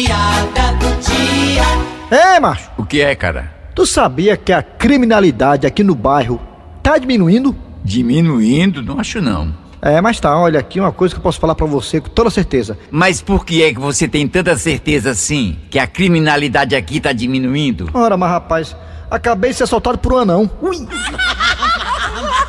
piada do dia. Ei, macho, O que é, cara? tu sabia que a criminalidade aqui no bairro tá diminuindo? Diminuindo? Não acho não. É, mas tá, olha aqui uma coisa que eu posso falar pra você com toda certeza. Mas por que é que você tem tanta certeza assim que a criminalidade aqui tá diminuindo? Ora, mas rapaz, acabei de ser assaltado por um anão.